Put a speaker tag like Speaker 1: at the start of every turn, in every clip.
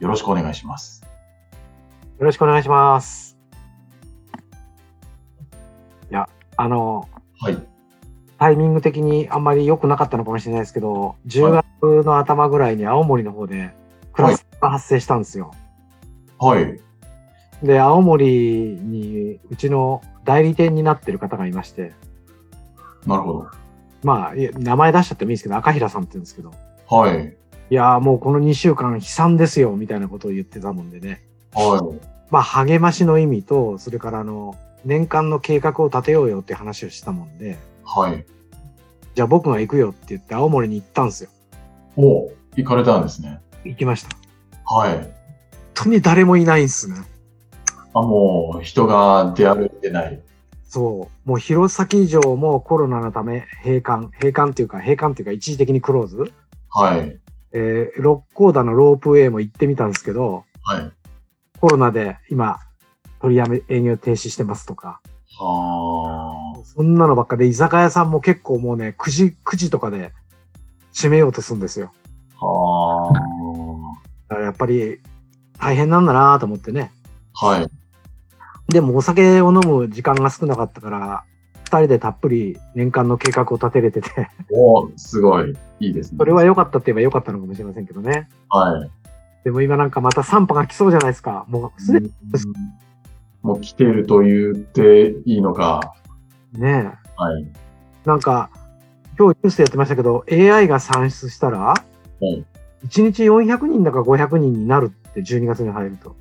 Speaker 1: ん、よろしくお願いします。
Speaker 2: よろしくお願いします。いや、あの、
Speaker 1: はい。
Speaker 2: タイミング的にあんまり良くなかったのかもしれないですけど、10月の頭ぐらいに青森の方でクラスターが発生したんですよ。
Speaker 1: はい。
Speaker 2: で、青森にうちの代理店になってる方がいまして、
Speaker 1: なるほ
Speaker 2: まあ、いや名前出しちゃってもいいんですけど、赤平さんって言うんですけど、
Speaker 1: ど。はい。
Speaker 2: いやー、もうこの2週間悲惨ですよ、みたいなことを言ってたもんでね。
Speaker 1: は
Speaker 2: まあ、励ましの意味と、それからあの、年間の計画を立てようよって話をしたもんで、
Speaker 1: い。はい。
Speaker 2: じゃあ僕が行くよって言って青森に行ったんですよ。
Speaker 1: お行かれたんですね。
Speaker 2: 行きました。
Speaker 1: はい。
Speaker 2: 本当に誰もいないんですね。
Speaker 1: あ、もう人が出歩いてない。
Speaker 2: そう。もう弘前城もコロナのため閉館。閉館っていうか、閉館っていうか一時的にクローズ。
Speaker 1: はい。
Speaker 2: えー六甲田のロープウェイも行ってみたんですけど、
Speaker 1: はい。
Speaker 2: コロナで今、取りやめ、営業停止してますとか、
Speaker 1: は
Speaker 2: そんなのばっかで、居酒屋さんも結構もうね、9時、9時とかで閉めようとするんですよ。
Speaker 1: あ。は
Speaker 2: だからやっぱり大変なんだなと思ってね。
Speaker 1: あ。はい。
Speaker 2: でもお酒を飲む時間が少なかったから、二人でたっぷり年間の計画を立てれてて、
Speaker 1: おすごい。いいですね。
Speaker 2: それは良かったって言えば良かったのかもしれませんけどね。
Speaker 1: はい。
Speaker 2: でも今なんかまた散歩が来そうじゃないですか。もうすでに
Speaker 1: もう来てると言っていいのか。
Speaker 2: ね、
Speaker 1: はい。
Speaker 2: なんか今日ニュースでやってましたけど、AI が算出したら、
Speaker 1: うん
Speaker 2: 1日400人だか500人になるって12月に入ると。だか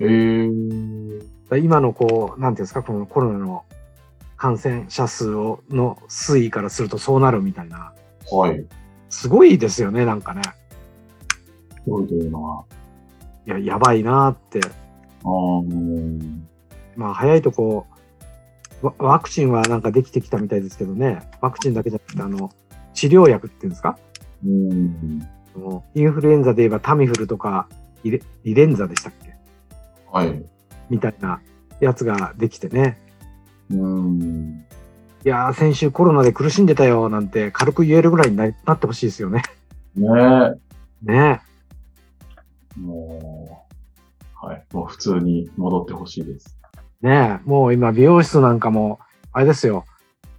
Speaker 1: えー、
Speaker 2: ら今のこう、なんていうんですか、このコロナの感染者数をの推移からするとそうなるみたいな。
Speaker 1: はい。
Speaker 2: すごいですよね、なんかね。
Speaker 1: どういうのは。
Speaker 2: いや、やばいなーって。
Speaker 1: あー
Speaker 2: まあ、早いとこ、ワワクチンはなんかできてきたみたいですけどね、ワクチンだけじゃなくて、あの、治療薬っていうんですか
Speaker 1: うん。
Speaker 2: あのインフルエンザで言えばタミフルとかリレリレンザでしたっけ
Speaker 1: はい。
Speaker 2: みたいなやつができてね。
Speaker 1: うん。
Speaker 2: いやー、先週コロナで苦しんでたよなんて軽く言えるぐらいにななってほしいですよね。
Speaker 1: ね
Speaker 2: ね
Speaker 1: え。もう、はい。もう普通に戻ってほしいです。
Speaker 2: え。ねえ。もう今、美容室なんかも、あれですよ。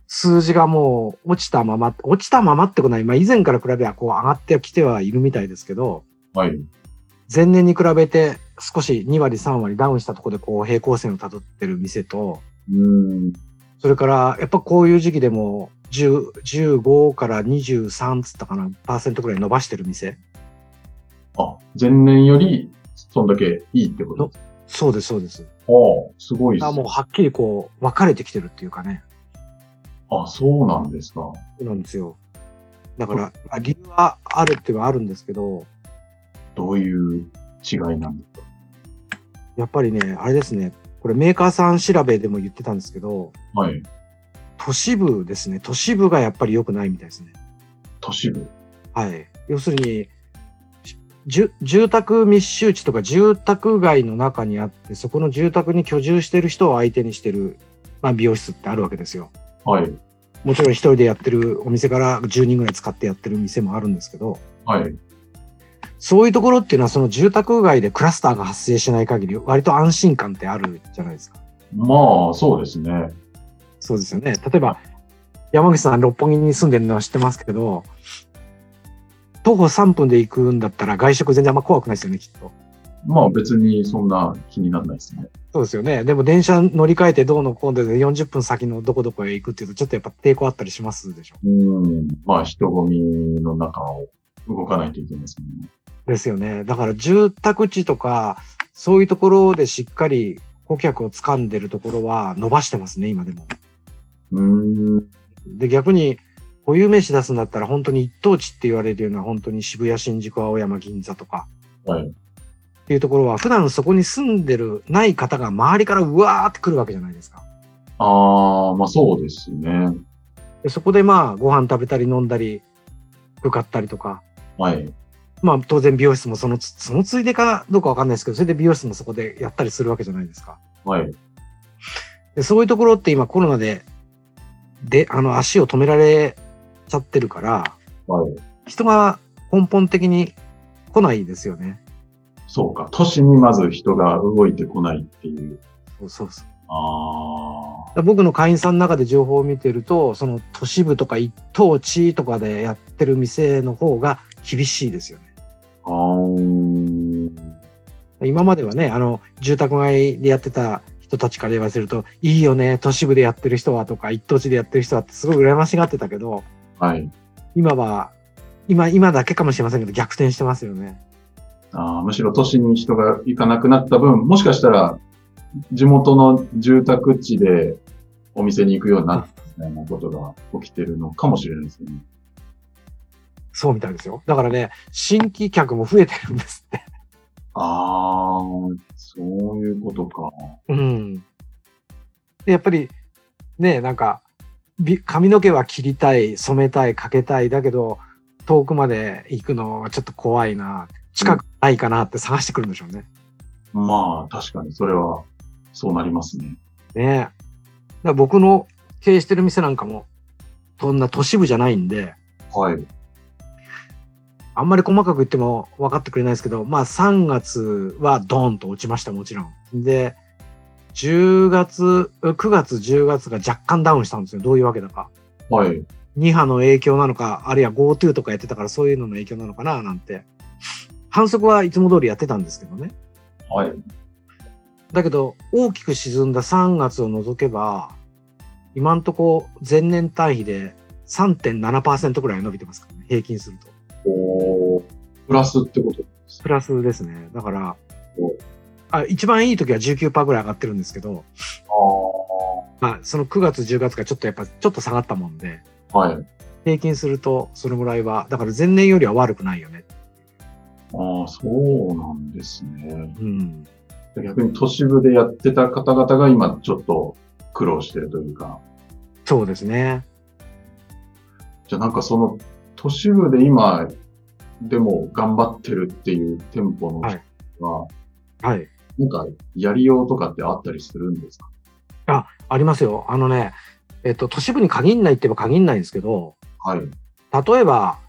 Speaker 2: 数字がもう落ちたまま、落ちたままってことない。まあ以前から比べはこう上がってきてはいるみたいですけど、
Speaker 1: はい。
Speaker 2: 前年に比べて少し2割3割ダウンしたところでこう平行線をたどってる店と、
Speaker 1: うん。
Speaker 2: それからやっぱこういう時期でも10 15から23つったかな、パーセントくらい伸ばしてる店。
Speaker 1: あ、前年より、そんだけいいってことです。
Speaker 2: そうです、そうです。
Speaker 1: ああ、すごいです
Speaker 2: あもうはっきりこう分かれてきてるっていうかね。
Speaker 1: あ、そうなんですか。
Speaker 2: そうなんですよ。だから、まあ理由はあるっていうのはあるんですけど、
Speaker 1: どういう違いなんです
Speaker 2: やっぱりね、あれですね、これメーカーさん調べでも言ってたんですけど、
Speaker 1: かはい。
Speaker 2: 都市部ですね、都市部がやっぱり良くないみたいですね。
Speaker 1: 都市部。
Speaker 2: はい。要するに、じゅ住宅密集地とか住宅街の中にあって、そこの住宅に居住してる人を相手にしてる、まあ、美容室ってあるわけですよ。
Speaker 1: はい。
Speaker 2: もちろん一人でやってるお店から10人ぐらい使ってやってる店もあるんですけど、
Speaker 1: はい。
Speaker 2: そういうところっていうのはその住宅街でクラスターが発生しない限り、割と安心感ってあるじゃないですか。
Speaker 1: まあ、そうですね。
Speaker 2: そうですよね。例えば、山口さん六本木に住んでるのは知ってますけど、徒歩3分で行くんだったら外食全然あんま怖くないですよね、きっと。
Speaker 1: まあ別にそんな気にならないですね。
Speaker 2: そうですよね。でも電車乗り換えてどうのこうので40分先のどこどこへ行くっていうと、ちょっとやっぱ抵抗あったりしますでしょ。
Speaker 1: うん。まあ人混みの中を動かないといけないですもんね。
Speaker 2: ですよね。だから住宅地とか、そういうところでしっかり顧客を掴んでるところは伸ばしてますね、今でも。
Speaker 1: うーん。
Speaker 2: で、逆に、固有名詞出すんだったら、本当に一等地って言われるような、本当に渋谷、新宿、青山、銀座とか、
Speaker 1: はい。
Speaker 2: っていうところは、普段そこに住んでるない方が周りからうわーって来るわけじゃないですか。
Speaker 1: ああ、まあそうですね。
Speaker 2: でそこでまあ、ご飯食べたり飲んだり、向かったりとか、
Speaker 1: はい。
Speaker 2: まあ当然美容室もそのつ、そのついでかどうかわかんないですけど、それで美容室もそこでやったりするわけじゃないですか。
Speaker 1: はい。
Speaker 2: でそういうところって今コロナで、で、あの、足を止められちゃってるから、
Speaker 1: はい。
Speaker 2: 人が根本的に来ないですよね。
Speaker 1: そうか。都市にまず人が動いてこないっていう。
Speaker 2: そうそうそう。
Speaker 1: ああ。
Speaker 2: 僕の会員さんの中で情報を見てると、その都市部とか一等地とかでやってる店の方が厳しいですよね。
Speaker 1: あー
Speaker 2: 今まではね、あの、住宅街でやってた人たちから言わせると、いいよね、都市部でやってる人はとか、一等地でやってる人はってすごい羨ましがってたけど、
Speaker 1: はい。
Speaker 2: 今は、今、今だけかもしれませんけど、逆転してますよね。
Speaker 1: あーむしろ都市に人が行かなくなった分、もしかしたら地元の住宅地でお店に行くようになったみたいなことが起きてるのかもしれないですね。
Speaker 2: そうみたいですよ。だからね、新規客も増えてるんですって。
Speaker 1: ああ、そういうことか。
Speaker 2: うん。で、やっぱり、ね、なんか、び髪の毛は切りたい、染めたい、かけたい、だけど、遠くまで行くのはちょっと怖いな、近くないかなって探してくるんでしょうね。
Speaker 1: まあ、確かにそれはそうなりますね。
Speaker 2: ねえ。だから僕の経営してる店なんかも、そんな都市部じゃないんで、
Speaker 1: はい。
Speaker 2: あんまり細かく言っても分かってくれないですけど、まあ3月はドーンと落ちました、もちろん。で、10月、9月、10月が若干ダウンしたんですよ。どういうわけだか。
Speaker 1: はい。
Speaker 2: 2波の影響なのか、あるいは GoTo とかやってたからそういうのの影響なのかな、なんて。反則はいつも通りやってたんですけどね。
Speaker 1: はい。
Speaker 2: だけど、大きく沈んだ3月を除けば、今んとこ前年対比で3.7%ぐらい伸びてますからね、平均すると。
Speaker 1: おープラスってこと
Speaker 2: プラスですね。だから
Speaker 1: お、
Speaker 2: あ一番いい時は19%ぐらい上がってるんですけど、
Speaker 1: あ
Speaker 2: まあ、その9月、10月がちょっとやっぱちょっと下がったもんで、
Speaker 1: あ。はい。
Speaker 2: 平均するとそのぐらいは、だから前年よりは悪くないよね。
Speaker 1: ああ、そうなんですね。
Speaker 2: うん。
Speaker 1: 逆に都市部でやってた方々が今ちょっと苦労してるというか、
Speaker 2: そうですね。
Speaker 1: じゃあなんかその都市部で今でも頑張ってるっていう店舗の人は、
Speaker 2: はい。
Speaker 1: なんかやりようとかってあったりするんですか
Speaker 2: あ、ありますよ。あのね、えっと、都市部に限んないって言えば限んないんですけど、
Speaker 1: はい。
Speaker 2: 例えば、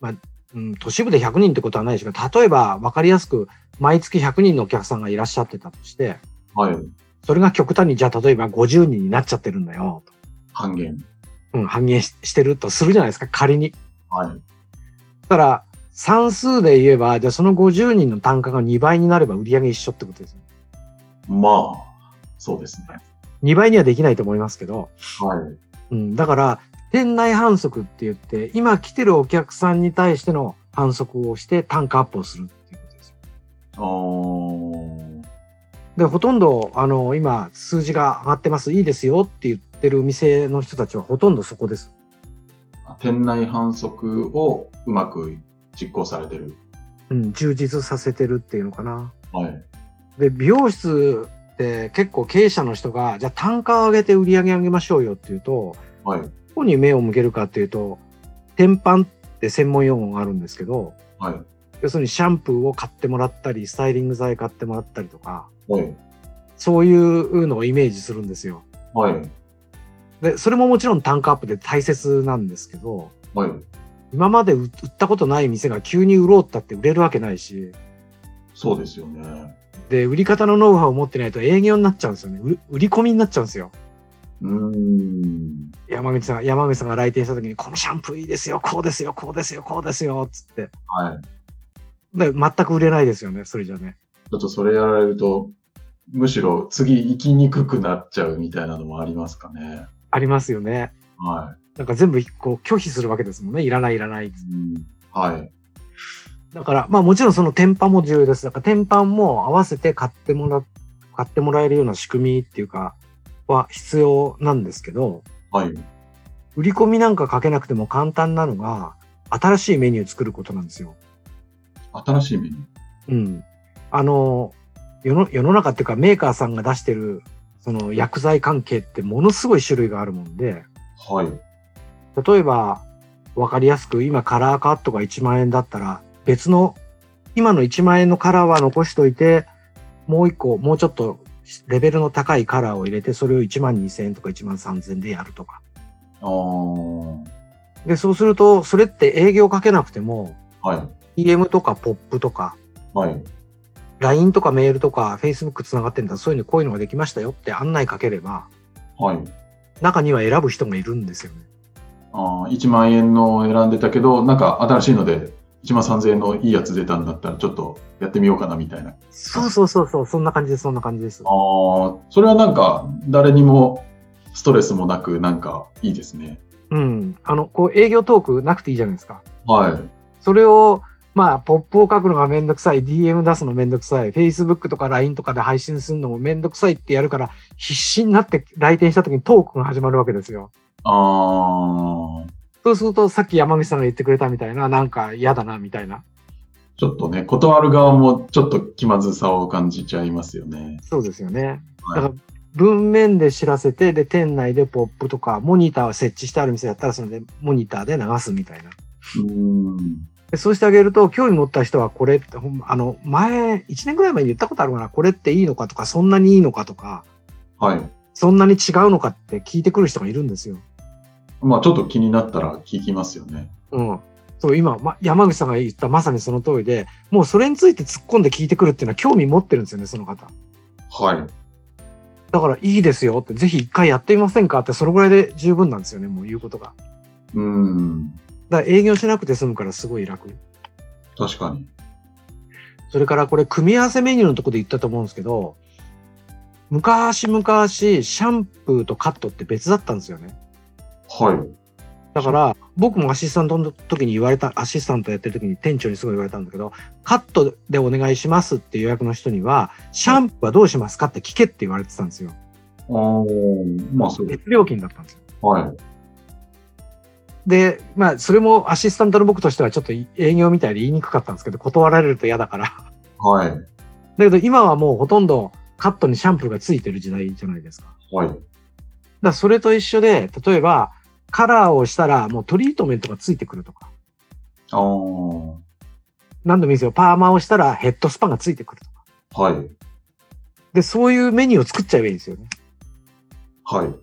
Speaker 2: まあうん、都市部で100人ってことはないですけど、例えば分かりやすく毎月100人のお客さんがいらっしゃってたとして、
Speaker 1: はい。
Speaker 2: それが極端にじゃあ例えば50人になっちゃってるんだよ、
Speaker 1: 半減。
Speaker 2: とうん、半減ししてるとするじゃないですか、仮に。
Speaker 1: はい。
Speaker 2: だから、算数で言えば、じゃあその50人の単価が2倍になれば売り上げ一緒ってことですよ。
Speaker 1: まあ、そうですね。
Speaker 2: 2倍にはできないと思いますけど、
Speaker 1: はい。
Speaker 2: うん、だから、店内反則って言って、今来てるお客さんに対しての反則をして単価アップをするっていうことですよ。
Speaker 1: あー
Speaker 2: で、ほとんど、あの、今、数字が上がってます、いいですよって言ってる店の人たちはほとんどそこです。
Speaker 1: 店内反則をうまく実行されてる。
Speaker 2: うん、充実させてるっていうのかな。
Speaker 1: はい。
Speaker 2: で、美容室って結構経営者の人が、じゃあ単価を上げて売り上げ上げましょうよっていうと、
Speaker 1: はい。
Speaker 2: どこに目を向けるかっていうと、天板って専門用語があるんですけど、
Speaker 1: はい。
Speaker 2: 要するにシャンプーを買ってもらったり、スタイリング剤買ってもらったりとか、
Speaker 1: はい。
Speaker 2: そういうのをイメージするんですよ。
Speaker 1: はい。
Speaker 2: で、それももちろん単価アップで大切なんですけど、
Speaker 1: はい。
Speaker 2: 今まで売ったことない店が急に売ろうったって売れるわけないし、
Speaker 1: そうですよね。
Speaker 2: で、売り方のノウハウを持ってないと営業になっちゃうんですよね。売り売り込みになっちゃうんですよ。
Speaker 1: うーん。
Speaker 2: 山口さん、山口さんが来店した時に、このシャンプーいいですよ、こうですよ、こうですよ、こうですよ、つって。
Speaker 1: はい。
Speaker 2: で、全く売れないですよね、それじゃね。
Speaker 1: ちょっとそれやられると、むしろ次行きにくくなっちゃうみたいなのもありますかね。
Speaker 2: ありますよね。
Speaker 1: は
Speaker 2: なんか全部こう拒否するわけですもんね。いらない、いらない。
Speaker 1: い。うんはい。
Speaker 2: だから、まあもちろんその天板も重要です。だから天板も合わせて買ってもら、買ってもらえるような仕組みっていうか、は必要なんですけど、
Speaker 1: はい。
Speaker 2: 売り込みなんかかけなくても簡単なのが、新しいメニュー作ることなんですよ。
Speaker 1: 新しいメニュー。
Speaker 2: うん。あの世の世の中っていうかメーカーさんが出してるその薬剤関係ってものすごい種類があるもんで
Speaker 1: はい。
Speaker 2: 例えば分かりやすく今カラーカットが1万円だったら別の今の1万円のカラーは残しといてもう一個もうちょっとレベルの高いカラーを入れてそれを1万2000円とか1万3000円でやるとか
Speaker 1: あー。
Speaker 2: でそうするとそれって営業かけなくても
Speaker 1: はい。
Speaker 2: EM とかポップとか
Speaker 1: はい。
Speaker 2: LINE とかメールとか Facebook つながってんだそういうのこういうのができましたよって案内かければ
Speaker 1: はい。
Speaker 2: 中には選ぶ人がいるんですよね。
Speaker 1: あー1万円の選んでたけど、なんか新しいので、1万3000円のいいやつ出たんだったら、ちょっとやってみようかなみたいな。
Speaker 2: そうそうそうそう、そんな感じです、そんな感じです
Speaker 1: あ。あ、それはなんか、誰にもストレスもなく、なんかいいですね。
Speaker 2: うん。あの、こう営業トークなくていいじゃないですか。
Speaker 1: はい。
Speaker 2: それを、まあ、ポップを書くのがめんどくさい、DM 出すのめんどくさい、Facebook とか LINE とかで配信するのもめんどくさいってやるから、必死になって来店した時にトークが始まるわけですよ。
Speaker 1: ああ、
Speaker 2: そうすると、さっき山口さんが言ってくれたみたいな、なんか嫌だな、みたいな。
Speaker 1: ちょっとね、断る側もちょっと気まずさを感じちゃいますよね。
Speaker 2: そうですよね。
Speaker 1: は
Speaker 2: だ
Speaker 1: い、
Speaker 2: から文面で知らせて、で、店内でポップとか、モニターを設置してある店だったら、それでモニターで流すみたいな。
Speaker 1: うーん。
Speaker 2: でそうしてあげると、興味持った人は、これって、ほんあの、前、1年ぐらい前に言ったことあるかな、これっていいのかとか、そんなにいいのかとか、
Speaker 1: はい。
Speaker 2: そんなに違うのかって聞いてくる人がいるんですよ。
Speaker 1: まあ、ちょっと気になったら聞きますよね。
Speaker 2: うん。そう、今、ま、山口さんが言ったまさにその通りで、もうそれについて突っ込んで聞いてくるっていうのは興味持ってるんですよね、その方。
Speaker 1: はい。
Speaker 2: だから、いいですよって、ぜひ一回やってみませんかって、そのぐらいで十分なんですよね、もう言うことが。
Speaker 1: うーん。
Speaker 2: だから営業しなくて済むからすごい楽。
Speaker 1: 確かに。
Speaker 2: それからこれ組み合わせメニューのとこで言ったと思うんですけど、昔々シャンプーとカットって別だったんですよね。
Speaker 1: はい。
Speaker 2: だから僕もアシスタントの時に言われた、アシスタントやってる時に店長にすごい言われたんだけど、カットでお願いしますって予約の人には、シャンプーはどうしますかって聞けって言われてたんですよ。
Speaker 1: あーまあ、そうです。
Speaker 2: 別料金だったんですよ。
Speaker 1: はい。
Speaker 2: で、まあ、それもアシスタントの僕としてはちょっと営業みたいで言いにくかったんですけど、断られると嫌だから。
Speaker 1: はい。
Speaker 2: だけど今はもうほとんどカットにシャンプーがついてる時代じゃないですか。
Speaker 1: はい。
Speaker 2: だからそれと一緒で、例えば、カラーをしたら、もうトリートメントがついてくるとか、
Speaker 1: あー
Speaker 2: 何でもいいですよ、パーマをしたらヘッドスパがついてくるとか。
Speaker 1: はい。
Speaker 2: で、そういうメニューを作っちゃえばいいんですよね。
Speaker 1: はい。
Speaker 2: なん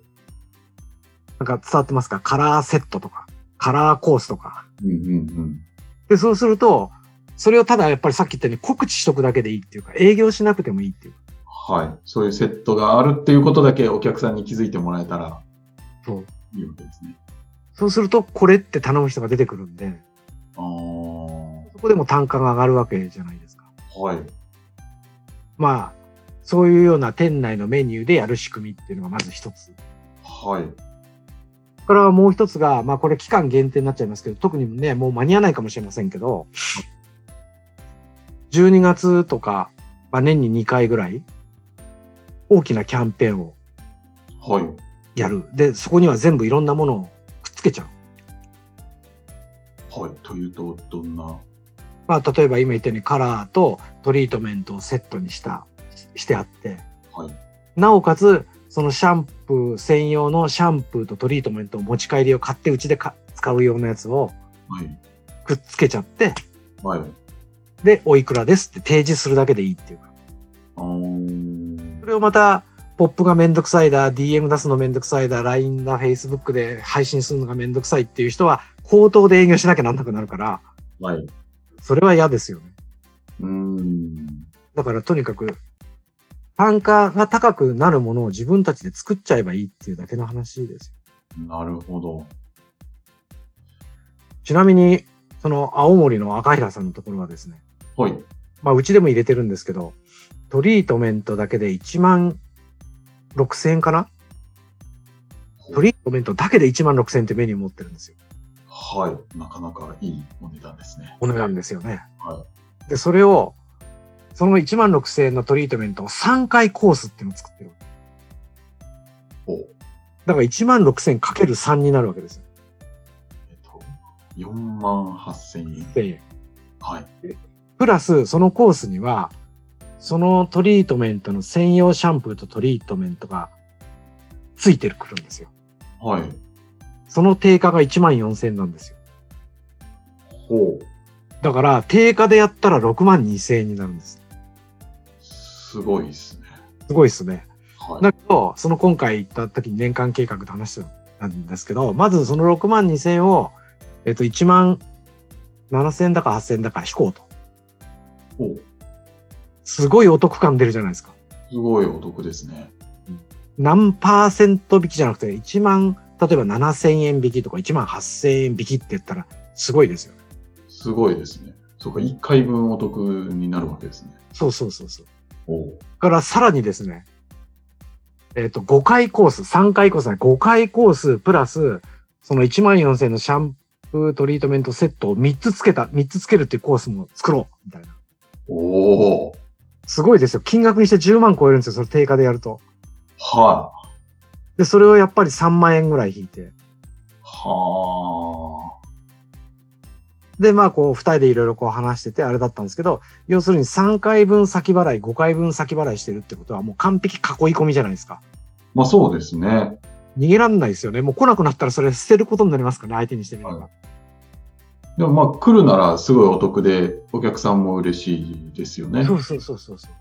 Speaker 2: か伝わってますかカラーセットとか、カラーコースとか。
Speaker 1: うんうん
Speaker 2: で、そうすると、それをただやっぱりさっき言ったように告知しとくだけでいいっていうか、営業しなくてもいいっていうか。
Speaker 1: うん。はい。そういうセットがあるっていうことだけお客さんに気づいてもらえたら
Speaker 2: そう。
Speaker 1: いいわけですね。
Speaker 2: そうすると、これって頼む人が出てくるんで、
Speaker 1: あー
Speaker 2: そこでも単価が上がるわけじゃないですか。
Speaker 1: はい。
Speaker 2: まあ、そういうような店内のメニューでやる仕組みっていうのがまず一つ。
Speaker 1: はい。
Speaker 2: これはもう一つが、まあこれ期間限定になっちゃいますけど、特にね、もう間に合わないかもしれませんけど、12月とか、まあ年に2回ぐらい、大きなキャンペーンを
Speaker 1: はい。
Speaker 2: やる。で、そこには全部いろんなものをくっつけちゃう。
Speaker 1: はい。というと、どんな。
Speaker 2: まあ例えば今言ったようにカラーとトリートメントをセットにした、ししてあって、
Speaker 1: はい。
Speaker 2: なおかつ、そのシャンプー専用のシャンプーとトリートメントを持ち帰りを買って、うちでか使うようなやつを
Speaker 1: はい。
Speaker 2: くっつけちゃって、
Speaker 1: はい。
Speaker 2: で、おいくらですって提示するだけでいいっていうか。
Speaker 1: あー
Speaker 2: それをまた、ポップがめんどくさいだ、DM 出すのめんどくさいだ、LINE だ、Facebook で配信するのがめんどくさいっていう人は、口頭で営業しなきゃなんなくなるから、
Speaker 1: はい。う
Speaker 2: それは嫌ですよね。
Speaker 1: ーん。
Speaker 2: だからとにかく、単価が高くなるものを自分たちで作っちゃえばいいっていうだけの話ですよ。
Speaker 1: なるほど。
Speaker 2: ちなみに、その青森の赤平さんのところはですね、
Speaker 1: はい。
Speaker 2: まあ、うちでも入れてるんですけど、トリートメントだけで1万6000円かなトリートメントだけで1万6000円ってメニュー持ってるんですよ。
Speaker 1: はい。なかなかいいお値段ですね。
Speaker 2: お値段ですよね。
Speaker 1: は
Speaker 2: で、それを、その1万6000円のトリートメントを3回コースっていうのを作ってる。
Speaker 1: おえ
Speaker 2: だから1万 6000×3 になるわけですよ。
Speaker 1: っと、4万8000円。
Speaker 2: 1000円。
Speaker 1: はい。
Speaker 2: プラス、そのコースには、そのトリートメントの専用シャンプーとトリートメントがついてくるんですよ。
Speaker 1: はい。
Speaker 2: その定価が1万4000なんですよ。
Speaker 1: ほう。
Speaker 2: だから、定価でやったら6万2000円になるんです。
Speaker 1: すごいですね。
Speaker 2: すごいですね。
Speaker 1: は
Speaker 2: だけど、その今回行った時に年間計画で話したんですけど、まずその6万2000円を、えっと、1万7000だか8000だか引こうと。
Speaker 1: い。ほう。
Speaker 2: すごいお得感出るじゃないですか。
Speaker 1: すごいお得ですね。
Speaker 2: 何パーセント引きじゃなくて、1万、例えば7000円引きとか1万8000円引きって言ったら、すごいですよね。
Speaker 1: すごいですね。そうか、1回分お得になるわけですね。
Speaker 2: そうそうそうそう。
Speaker 1: おう
Speaker 2: からさらにですね、えっ、と、5回コース、3回コースね、5回コースプラス、その1万4000のシャンプートリートメントセットを3つつけた、3つつけるっていうコースも作ろう、みたいな。
Speaker 1: おお
Speaker 2: すごいですよ。金額にして10万超えるんですよ、それ定価でやると。
Speaker 1: は
Speaker 2: で、それをやっぱり3万円ぐらい引いて。
Speaker 1: い。は
Speaker 2: で、まあ、こう、二人でいろいろこう話してて、あれだったんですけど、要するに3回分先払い、5回分先払いしてるってことは、もう完璧囲い込みじゃないですか。
Speaker 1: あ。まあそうですね。
Speaker 2: 逃げらんないですよね。もう来なくなったらそれ捨てることになりますからね、相手にしてみれば。
Speaker 1: でもまあ来るならすごいお得で、お客さんも嬉しいですよね。
Speaker 2: そうそうそうそうそう。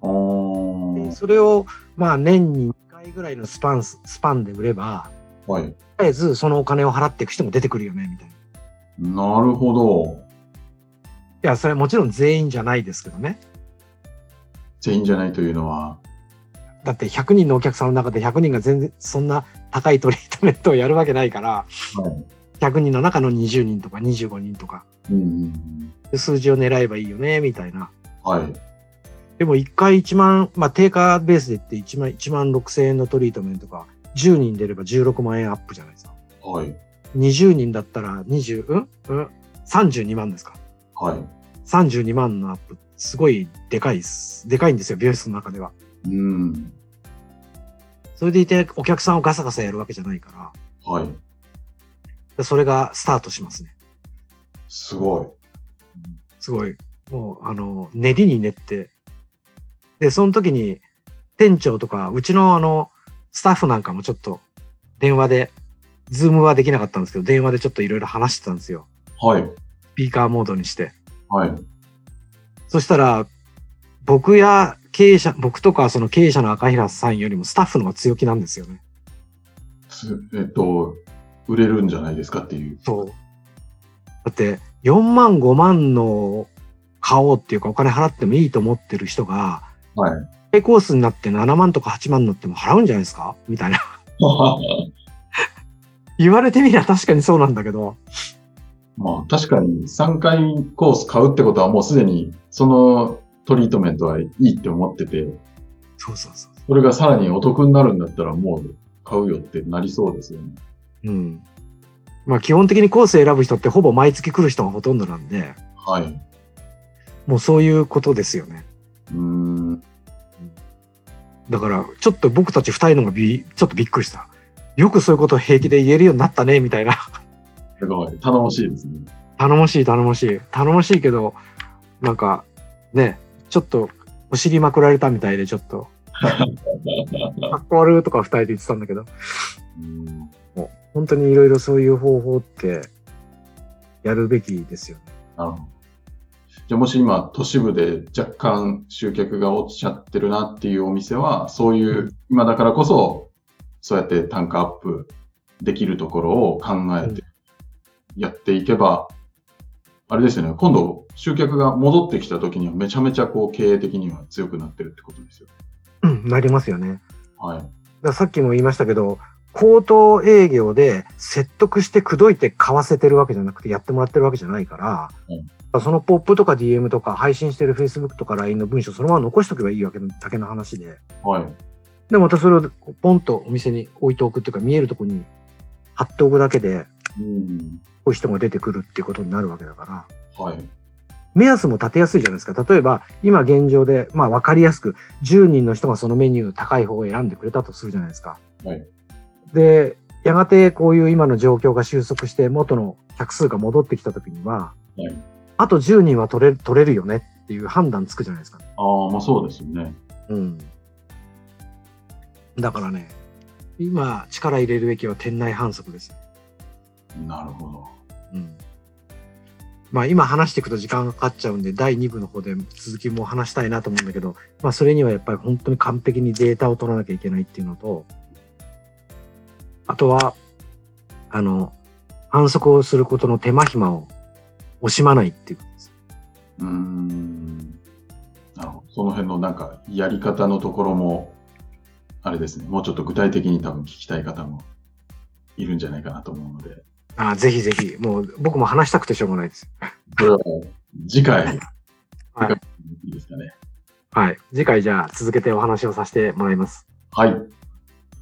Speaker 1: お
Speaker 2: で
Speaker 1: ー
Speaker 2: それを、まあ、年に2回ぐらいのスパンス、スパンで売れば、
Speaker 1: はい。
Speaker 2: とりあえずそのお金を払っていく人も出てくるよね、みたいな。い
Speaker 1: なるほど。
Speaker 2: や、それはもちろん全員じゃないですけどね。
Speaker 1: 全員じゃないというのは。
Speaker 2: だって100人のお客さんの中で100人が全然そんな高いトリートメントをやるわけないから、
Speaker 1: はい。
Speaker 2: 100人の中の20人とか25人とか、
Speaker 1: うんうんうん。
Speaker 2: で数字を狙えばいいよね、みたいな。
Speaker 1: はい。
Speaker 2: でも1回1万、まあ、定価ベースで言って1万、1万6千円のトリートメントが10人出れば16万円アップじゃないですか。
Speaker 1: はい。
Speaker 2: 20人だったら20、うんうん、32万ですか。
Speaker 1: はい。
Speaker 2: 32万のアップ、すごいでかいっす。でかいんですよ、美容室の中では。
Speaker 1: うん。
Speaker 2: それでいて、お客さんをガサガサやるわけじゃないから
Speaker 1: はい。
Speaker 2: で、それがスタートしますね。
Speaker 1: すごい。
Speaker 2: すごい。もう、あの、練りに練って。で、その時に、店長とか、うちのあの、スタッフなんかもちょっと、電話で、ズームはできなかったんですけど、電話でちょっといろいろ話してたんですよ。
Speaker 1: はい。
Speaker 2: スピーカーモードにして。
Speaker 1: はい。
Speaker 2: そしたら、僕や経営者、僕とかその経営者の赤平さんよりもスタッフの方が強気なんですよね。
Speaker 1: すえっと、売れるんじゃないですかっていう。
Speaker 2: そう。だって、4万5万の買おうっていうかお金払ってもいいと思ってる人が、
Speaker 1: はい。
Speaker 2: A コースになって7万とか8万になっても払うんじゃないですかみたいな。 言われてみりゃ確かにそうなんだけど、
Speaker 1: まあ確かに3回コース買うってことはもうすでにそのトリートメントはいいって思ってて、
Speaker 2: そうそうそう。
Speaker 1: それがさらにお得になるんだったらもう買うよってなりそうですよね。
Speaker 2: うん。まあ基本的にコース選ぶ人ってほぼ毎月来る人がほとんどなんで、
Speaker 1: はい。う
Speaker 2: もうそういうことですよね。
Speaker 1: ーん。
Speaker 2: だから、ちょっと僕たち二人のがび、ちょっとびっくりした。よくそういうことを平気で言えるようになったね、みたいな。
Speaker 1: すごい。頼もしいですね。
Speaker 2: 頼もしい、頼もしい。頼もしいけど、なんか、ね、ちょっと、お尻まくられたみたいで、ちょっと、かっこ悪いとか二人で言ってたんだけど、
Speaker 1: うーん
Speaker 2: 本当にいろいろそういう方法って、やるべきですよね。
Speaker 1: なるほど。じゃあもし今都市部で若干集客が落ちちゃってるなっていうお店は、そういう今だからこそ、そうやって単価アップできるところを考えてやっていけば、あれですよね、今度集客が戻ってきた時にはめちゃめちゃこう経営的には強くなってるってことですよ。
Speaker 2: うん、なりますよね。
Speaker 1: はい。
Speaker 2: だからさっきも言いましたけど、口頭営業で説得して口説いて買わせてるわけじゃなくてやってもらってるわけじゃないから、そのポップとか DM とか配信してる Facebook とか LINE の文章そのまま残しとけばいいわけだけの話で。
Speaker 1: はい。
Speaker 2: で、またそれをポンとお店に置いておくっていうか見えるとこに貼っておくだけで、
Speaker 1: うん。
Speaker 2: こういう人が出てくるっていうことになるわけだから。
Speaker 1: はい。
Speaker 2: 目安も立てやすいじゃないですか。例えば、今現状で、まあ分かりやすく、10人の人がそのメニュー高い方を選んでくれたとするじゃないですか。
Speaker 1: はい
Speaker 2: で、やがてこういう今の状況が収束して、元の客数が戻ってきた時には、
Speaker 1: はい
Speaker 2: あと10人は取れ取れるよねっていう判断つくじゃないですか。
Speaker 1: ああ、まあそうですよね。
Speaker 2: うん。だからね、今力入れるべきは店内反則ですよ。
Speaker 1: なるほど。
Speaker 2: うん。まあ今話していくと時間がかかっちゃうんで、第2部の方で続きも話したいなと思うんだけど、まあそれにはやっぱり本当に完璧にデータを取らなきゃいけないっていうのと、あとは、あの、反則をすることの手間暇を惜しまないっていうことです。
Speaker 1: うーん。なるほど。その辺のなんか、やり方のところも、あれですね。もうちょっと具体的に多分聞きたい方もいるんじゃないかなと思うので、
Speaker 2: ああ、ぜひぜひ、もう僕も話したくてしょうがないです。
Speaker 1: これはもう次回、
Speaker 2: はい
Speaker 1: いいですかね。
Speaker 2: はい。次回じゃあ続けてお話をさせてもらいます。
Speaker 1: はい。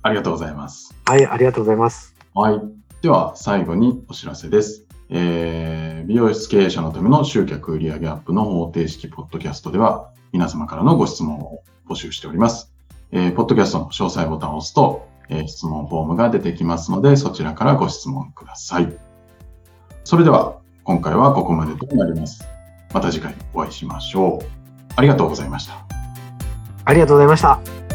Speaker 1: ありがとうございます。
Speaker 2: はい、ありがとうございます。
Speaker 1: はい。では、最後にお知らせです。えー美容室経営者のための集客売上アップの方程式ポッドキャストでは、皆様からのご質問を募集しております。えーポッドキャストの詳細ボタンを押すと、えー質問フォームが出てきますので、そちらからご質問ください。それでは、今回はここまでとなります。また次回お会いしましょう。ありがとうございました。
Speaker 2: ありがとうございました。